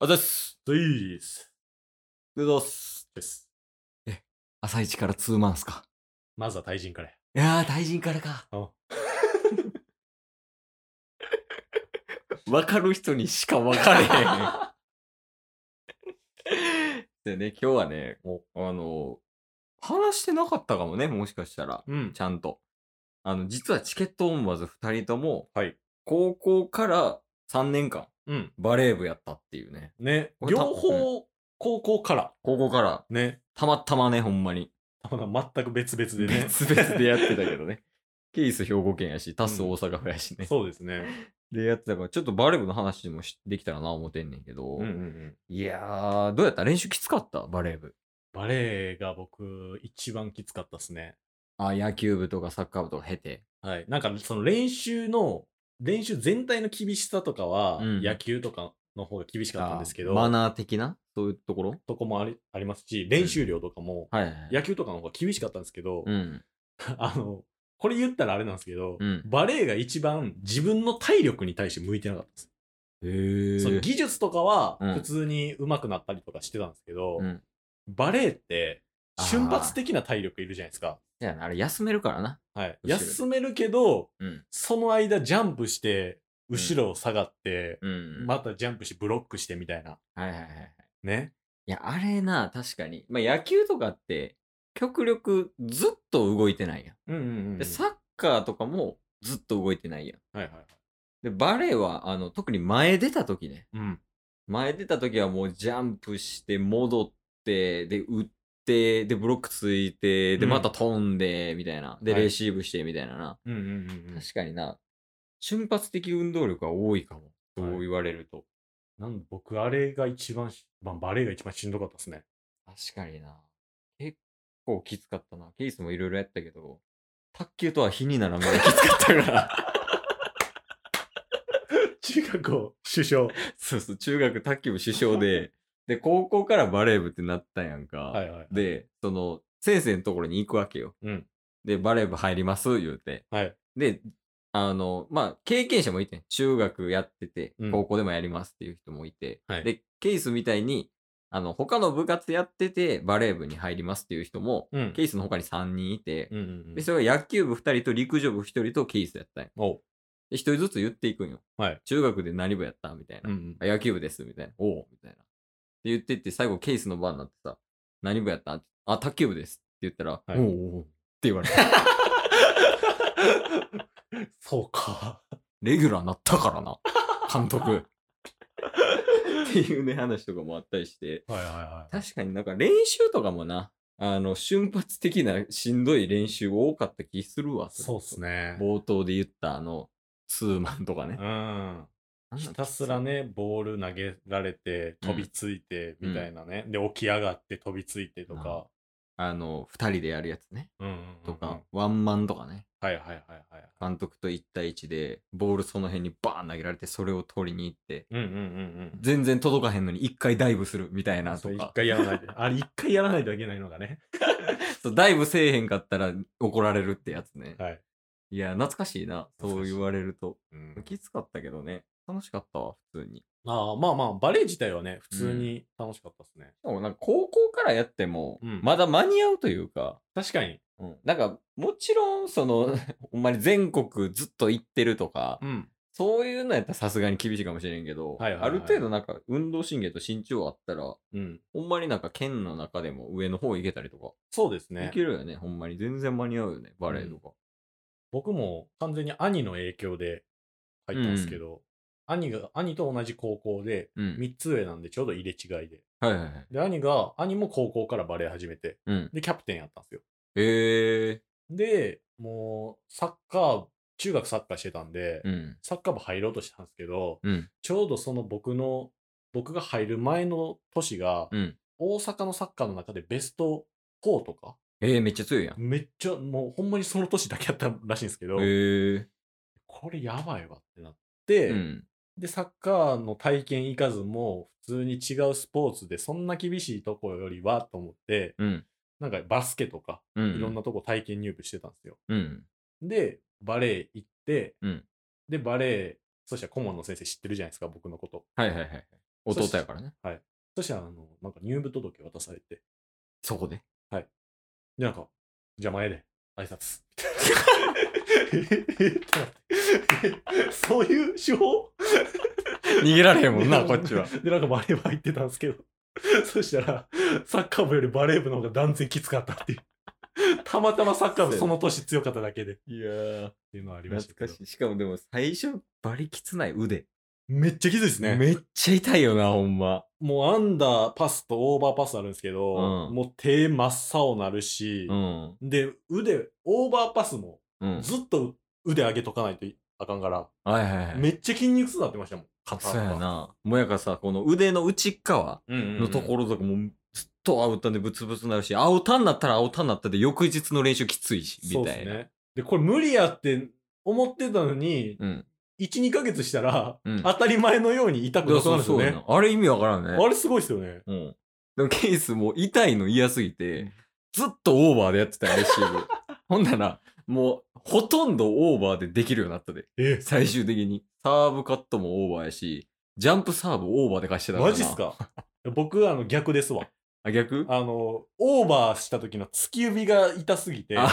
あざっす。ドイースうぞっす。です。朝一からツーマンスか。まずは対人からや。いやー、対人からか。おわかる人にしかわかれへん。 でね、今日はね、もう、あの、話してなかったかもね、もしかしたら。うんち。ゃんと。あの、実はチケットオンバーズ2人とも、はい高校から3年間、うん。バレー部やったっていうね。ね。これ多両分方、高校から。高校から、ね。たまたまね、ほんまに。たまたま全く別々でね。別々でやってた けどね。ケース兵庫県やし、タス大阪府やしね。そうですね。で、やってたから、ちょっとバレー部の話もしできたらな、思てんねんけど。うんうんうん。いやー、どうやった練習きつかったバレー部。バレエが僕、一番きつかったっすね。あ、野球部とかサッカー部とか経て。はい。なんか、その練習の、練習全体の厳しさとかは、うん野球とかの方が厳しかったんですけあど、マナー的なそういうところとこもありありますし、練習量とかも、はいはいはい。野球とかの方が厳しかったんですけど、うん。 あの、これ言ったらあれなんですけど、うんバレエが一番自分の体力に対して向いてなかったんです。へーその技術とかはうん普通に上手くなったりとかしてたんですけど、うん。バレエってあー瞬発的な体力いるじゃないですか。じゃあ、あれ休めるからな。はい、後ろで休めるけど、うんその間ジャンプして後ろを下がって、うん。またジャンプしてブロックしてみたいなはいはいはいはい。ねいや、あれな、確かに。まあ、野球とかって、極力ずっと動いてないやん。うんうんうんで、サッカーとかもずっと動いてないやん。はいはいで、バレーは、あの、特に前出た時ね。うん前出た時はもうジャンプして、戻って、で、打って、で、ブロックついて、で、うんまた飛んで、みたいな。で、はいレシーブして、みたいなな。うんうんうんうん確かにな、瞬発的運動力が多いかも。そう言われると。なんで僕あれが一番し、まあ、バレエが一番しんどかったですね確かにな。結構きつかったな。ケースもいろいろやったけど、卓球とは比にならんぐらいきつかったから。中学校首相 そうそう、中学卓球部主将で、で、高校からバレー部ってなったんやんか。はいはいで、その、先生のところに行くわけよ。うんで、バレー部入ります、言うて。はいで、あの、まあ、経験者もいてん、中学やっててう、ん高校でもやりますっていう人もいて。はいで、ケースみたいに、あの、他の部活やってて、バレー部に入りますっていう人も、うんケースの他に3人いて、うんうんうで、んそれが野球部2人と陸上部1人とケースやったんよ。おうで、1人ずつ言っていくんよ。はい中学で何部やったみたいな。んあ野球部です、みたいな。おうみたいな。って言ってって、最後ケースの番になってさ、何部やったあ、卓球部です。って言ったら、はいおうおうおうって言わ れた。うんそうかレギュラーなったからな、監督。っていうね、話とかもあったりして。はいはいはい確かになんか練習とかもな、あの、瞬発的なしんどい練習多かった気するわ。そうっすね冒頭で言ったあの、ツーマンとかね。うんなんひなんたすらね、ボール投げられて、うん飛びついて、みたいなね、で、起き上がって飛びついてとか。あの、二人でやるやつね。うんうんうんうんとか、。ワンマンとかね。はいはいはいはい。監督と1対1で、ボールその辺にバーン投げられて、それを取りに行って、うんうんうん全然届かへんのに1回ダイブするみたいうん。なそとう一か。回やら ないと。あれ、一回やらないといけないのがね。そうダイブせえへんかったら怒られるってやつね。はい。いや、懐かしいな。そ懐うかしい言われると。うんきつかったけどね。楽しかったわ、普通に。ああまあまあ、バレー自体はね、普通に楽しかったですね。でもなんか高校からやっても、うんまだ間に合うというか、確かに。なんか、もちろん、その、 ほんまに全国ずっと行ってるとか、うん。そういうのやったらさすがに厳しいかもしれんけど、はいはいはいある程度なんか運動神経と身長あったら、うん。ほんまになんか県の中でも上の方行けたりとか、そうですいねけ。るよね、ほんまに。全然間に合うよね、バレエとか。僕も完全に兄の影響で入ったんですけど、兄が、兄と同じ高校で、うん。 3つ上なんでちょうど入れ違いで。はいはいはい。で、兄が、兄も高校からバレー始めて、うん。で、キャプテンやったんですよ。えで、もう、サッカー、中学サッカーしてたんで、ー。うん。サッカー部入ろうとしたんですけど、うん。ちょうどその僕の、僕が入る前の年が、うん。大阪のサッカーの中でベスト4とか、えー、めっちゃ強いやん。めっちゃ、もうほんまにその年だけやったらしいんですけど、えー。これやばいわってなって、うん。で、サッカーの体験行かずも、普通に違うスポーツで、そんな厳しいとこよりは、と思って、うん。なんかバスケとか、うん。いろんなとこ体験入部してたんですよ。うん。で、バレエ行って、うんで、バレエ、そしたら顧問の先生知ってるじゃないですか、僕のこと。はいはいはい。弟やからね。そしたら、あの、なんか入部届渡されて、そこで。 で、なんか、じゃあ前で、挨拶。ええってなって。そういう手法逃げられへんもんな、でこっちは。。で、なんかバレー部入ってたんですけど、そしたら、サッカー部よりバレー部の方が断然きつかったっていう。たまたまサッカー部その年強かっただけでっいやー、ていうのはありましたけ懐かどし。い。しかもでも最初、バリきつない腕。めっちゃきついですね。めっちゃ痛いよな、ほんま。もうアンダーパスとオーバーパスあるんですけど、うんもう手真っ青なるし、うん。で、腕、オーバーパスもうん。ずっと腕上げとかないとあかんから、はいはいはい。めっちゃ筋肉痛になってましたもん。肩そうやな。もやかさ、この腕の内っ側のところ。ろとかもずっとアウターでブツブツになるし、アウターになったらアウターになったで翌日の練習きついし、そうみでたすいな。ね。で、これ無理やって思ってたのに、うん。 1、2ヶ月したら、うん当たり前のように痛くなくなるんですよやね。なあれ意味わからんね。あれすごいですよね。うん。でもケースも痛いの嫌すぎうてん、ずっとオーバーでやってたよ、レシーブ。 ほんなら、もう、ほとんどオーバーでできるようになったで。え最終的に。サーブカットもオーバーやし、ジャンプサーブオーバーで返してたからマなジっすか僕、あの、逆ですわ。あ、逆あの、オーバーした時の突き指が痛すぎて、あ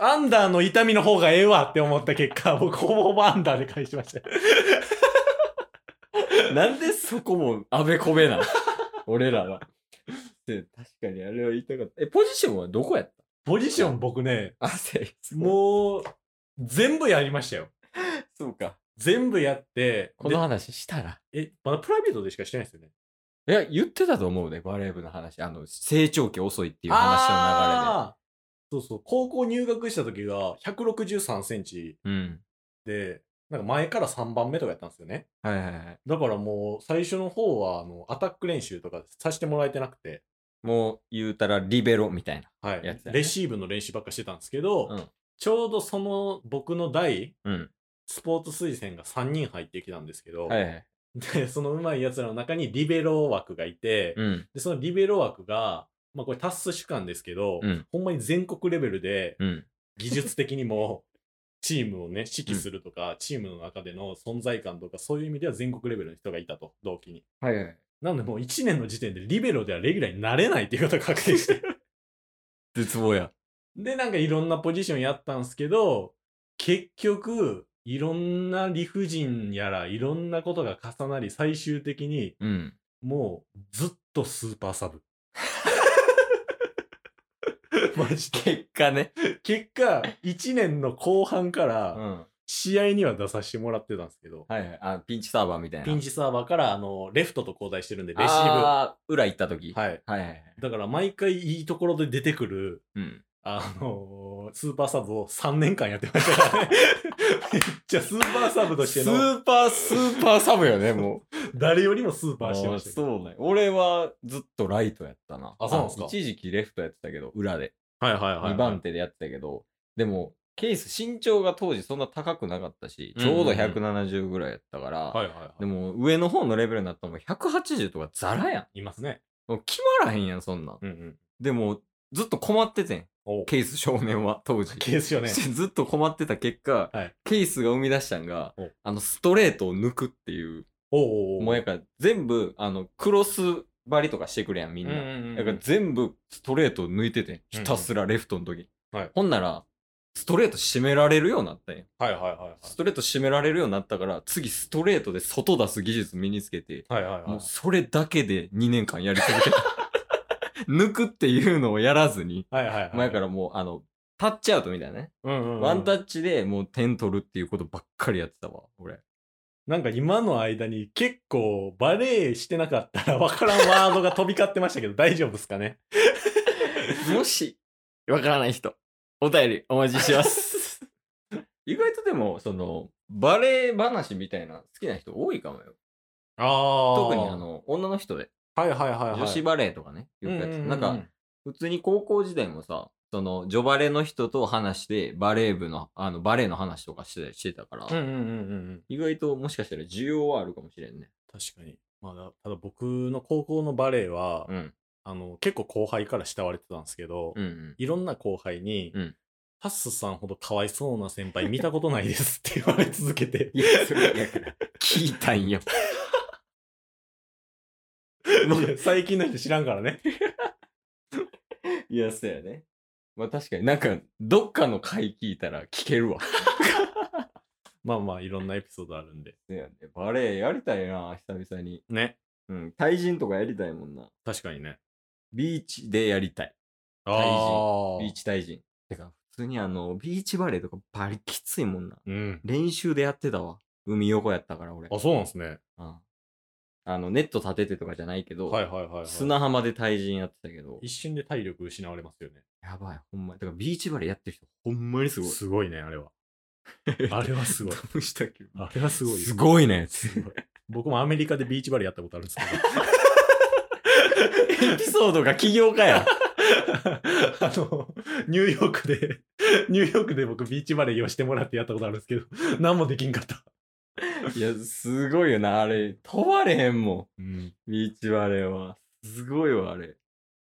アンダーの痛みの方がええわって思った結果、 僕、ほぼほぼアンダーで返しました。なんでそこもあべこべ な俺らは。で確かにあれは言いたかった。え、ポジションはどこやっポジション僕ね、た汗。う。もう、全部やりましたよ。そうか。全部やって、この話したら。でえ、まだプライベートでしかしてないですよね。いや、言ってたと思うね、バレー部の話。あの、成長期遅いっていう話のあーそうそう、高校入学した時が163センチ流れで。うん。で、なんか前から3番目とかやったんですよね。はいはいはい。だからもう最初の方はあのアタック練習とかさせてもらえてなくて、もう言うたらリベロみたいな。はいやってたねレシーブの練習ばっかしてたんですけど、うんちょうどその僕の代、うんスポーツ推薦が3人入ってきたんですけど、はいはい。 でその上手いやつらの中にリベロ枠がいて、うん。でそのリベロ枠が、まあ、これタッス主観ですけど、うんほんまに全国レベルでうん。技術的に もチームをね指揮するとか、チームの中での存在感とかそういう意味では全国レベルの人がいたと同期に。はいはい。なのでもう1年の時点でリベロではレギュラーになれないっていうことが確定して。絶望や。で、なんかいろんなポジションやったんすけど、結局、いろんな理不尽やらいろんなことが重なり、最終的にうん。もうずっとスーパーサブ。 マジで。結果ね。結果、1年の後半かうらん。試合には出させてもらってたんですけど、はいはい。あ、ピンチサーバーみたいな。ピンチチサーバーからあのレフトと交代してるんでレシーあー裏行った時。ブ。はい。はいはいはい。だから毎回いいところで出てくるうん。あのースーパーサブを3年間やってましたからね。めっちゃスーパーサブとしてスの、ーパースーパーサブよね、もう。誰よりもスーパあーしてまーしたけど。そうね。俺はずっとライトやったな。あそうなんすかの一時期レフトやってたけど、裏で。はいはいはいはい。 2番手でやってたけど、でも、ケース身長が当時そんな高くなかったし、うんちうんょううんど170ぐらいやったから、はいはいはい。でも上の方のレベルになったらもう180とかザラやん。いますね。もう決まらへんやん、そんなん。うんうん。でも、ずっと困っててん。おケース少年は、当時。ケースよね。 ずっと困ってた結果、はいケースが生み出したんがお、あの、ストレートを抜くっていう、おうおうおう。もうやから、全部、あの、クロス張りとかしてくれやん、みんうんな。うんうんだから全部ストレート抜いててん、ひたすらレフトの時。はいほんなら、ストレート締められるようになったんや。はいはいはいはい。ストレート締められるようになったから、次ストレートで外出す技術身につけて、はいはいはも。いうそれだけで2年間やり続け た。 抜くっていうのをやらずに、はいはいはい。前からもうあの、タッチアウトみたいなね。うんうんうん。ワンタッチでもう点取るっていうことばっかりやってたわ、俺。なんか今の間に結構バレーしてなかったらわからんワードが飛び交ってましたけど 大丈夫ですかねもし、わからない人、お便りお待ちします。 意外とでも、その、バレー話みたいな好きな人多いかもよ。ああ特にあ、の、女の人で、はいはいはいはい。女子バレーとかね、よくやってうたううなんか、、普通に高校時代もさ、その、ジョバレの人と話して、バレー部の、あの、バレーの話とかしてたりしてたから、うんうんうんうんうん。意外ともしかしたら需要はあるかもしれんね。確かに。まあだ、ただ僕の高校のバレエは、うん。あの、結構後輩から慕われてたんですけど、うんうん。いろんな後輩に、うんタッスさんほどかわいそうな先輩見たことないですって言 、われ続けていや、それ、いや、聞いたんよ。いや 最近の人知らんからね。いや、そうやね。まあ確かになんか、どっかの回聞いたら聞けるわ。 まあまあ、いろんなエピソードあるんで。そうやね。バレエやりたいな、久々に。ね。うん、対人とかやりたいもんな。確かにね。ビーチでやりたい。ああ。ビーチ対人。てか、普通にあの、ビーチバレーとかバリきついもんな。うん。練習でやってたわ。海横やったから俺。あ、そうなんですね。うんあの、ネット立ててとかじゃないけど、はいはいはい、はい。砂浜で対人やってたけど一、瞬で体力失われますよね。やばい、ほんまに。だからビーチバレーやってる人、ほんまにすごい。すごいね、あれ は。あれはすごいど。うしたっけあれはすごいよ。すごいね。すごい僕もアメリカでビーチバレーやったことあるんですけ エピソードが起業家や。ど、 あの、ニューヨークで、 ニューヨークで僕ビーチバレーをしてもらってやったことあるんですけど、 何もできんかった。いや、すごいよな、あれ。飛ばれへんもうん、ん。ビーチバレーは。すごいわ、あれ。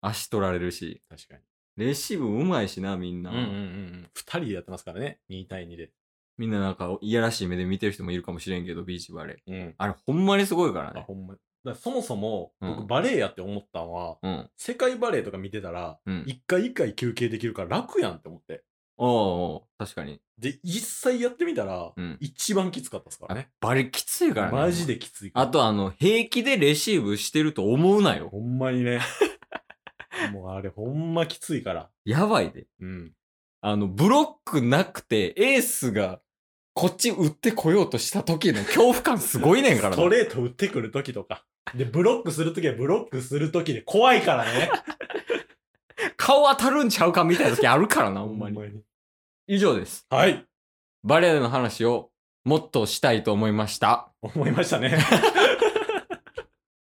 足取られるし。確かに。レシーブうまいしな、みんな。ん。2人でやってますからね、2対2で。みんななんか、いやらしい目で見てる人もいるかもしれんけど、ビーチバレー。うん。あれ、ほんまにすごいからあ、ね。ほんま。だからそもそも、うん僕バレーやって思ったのは、うん。世界バレーとか見てたら、うん。一回一回休憩できるから楽やんって思って。おうおう確かに。で、実際やってみたら、うん。一番きつかったですからね。バレーきついからね。マジ。できついからあと、あの、平気でレシーブしてると思うなよ。ほんまに ね。もうあれ、ほんまきついから。やばいで。うん。あの、ブロックなくて、エースが、こっち打ってこようとした時の恐怖感すごいねんからスなトレート打ってくるときとか。で、ブロックするときはブロックするときで怖いからね。顔当たるんちゃうかみたいな時あるから な、ほんまに。以上です。はい。バレエの話をもっとしたいと思いました。思いましたね。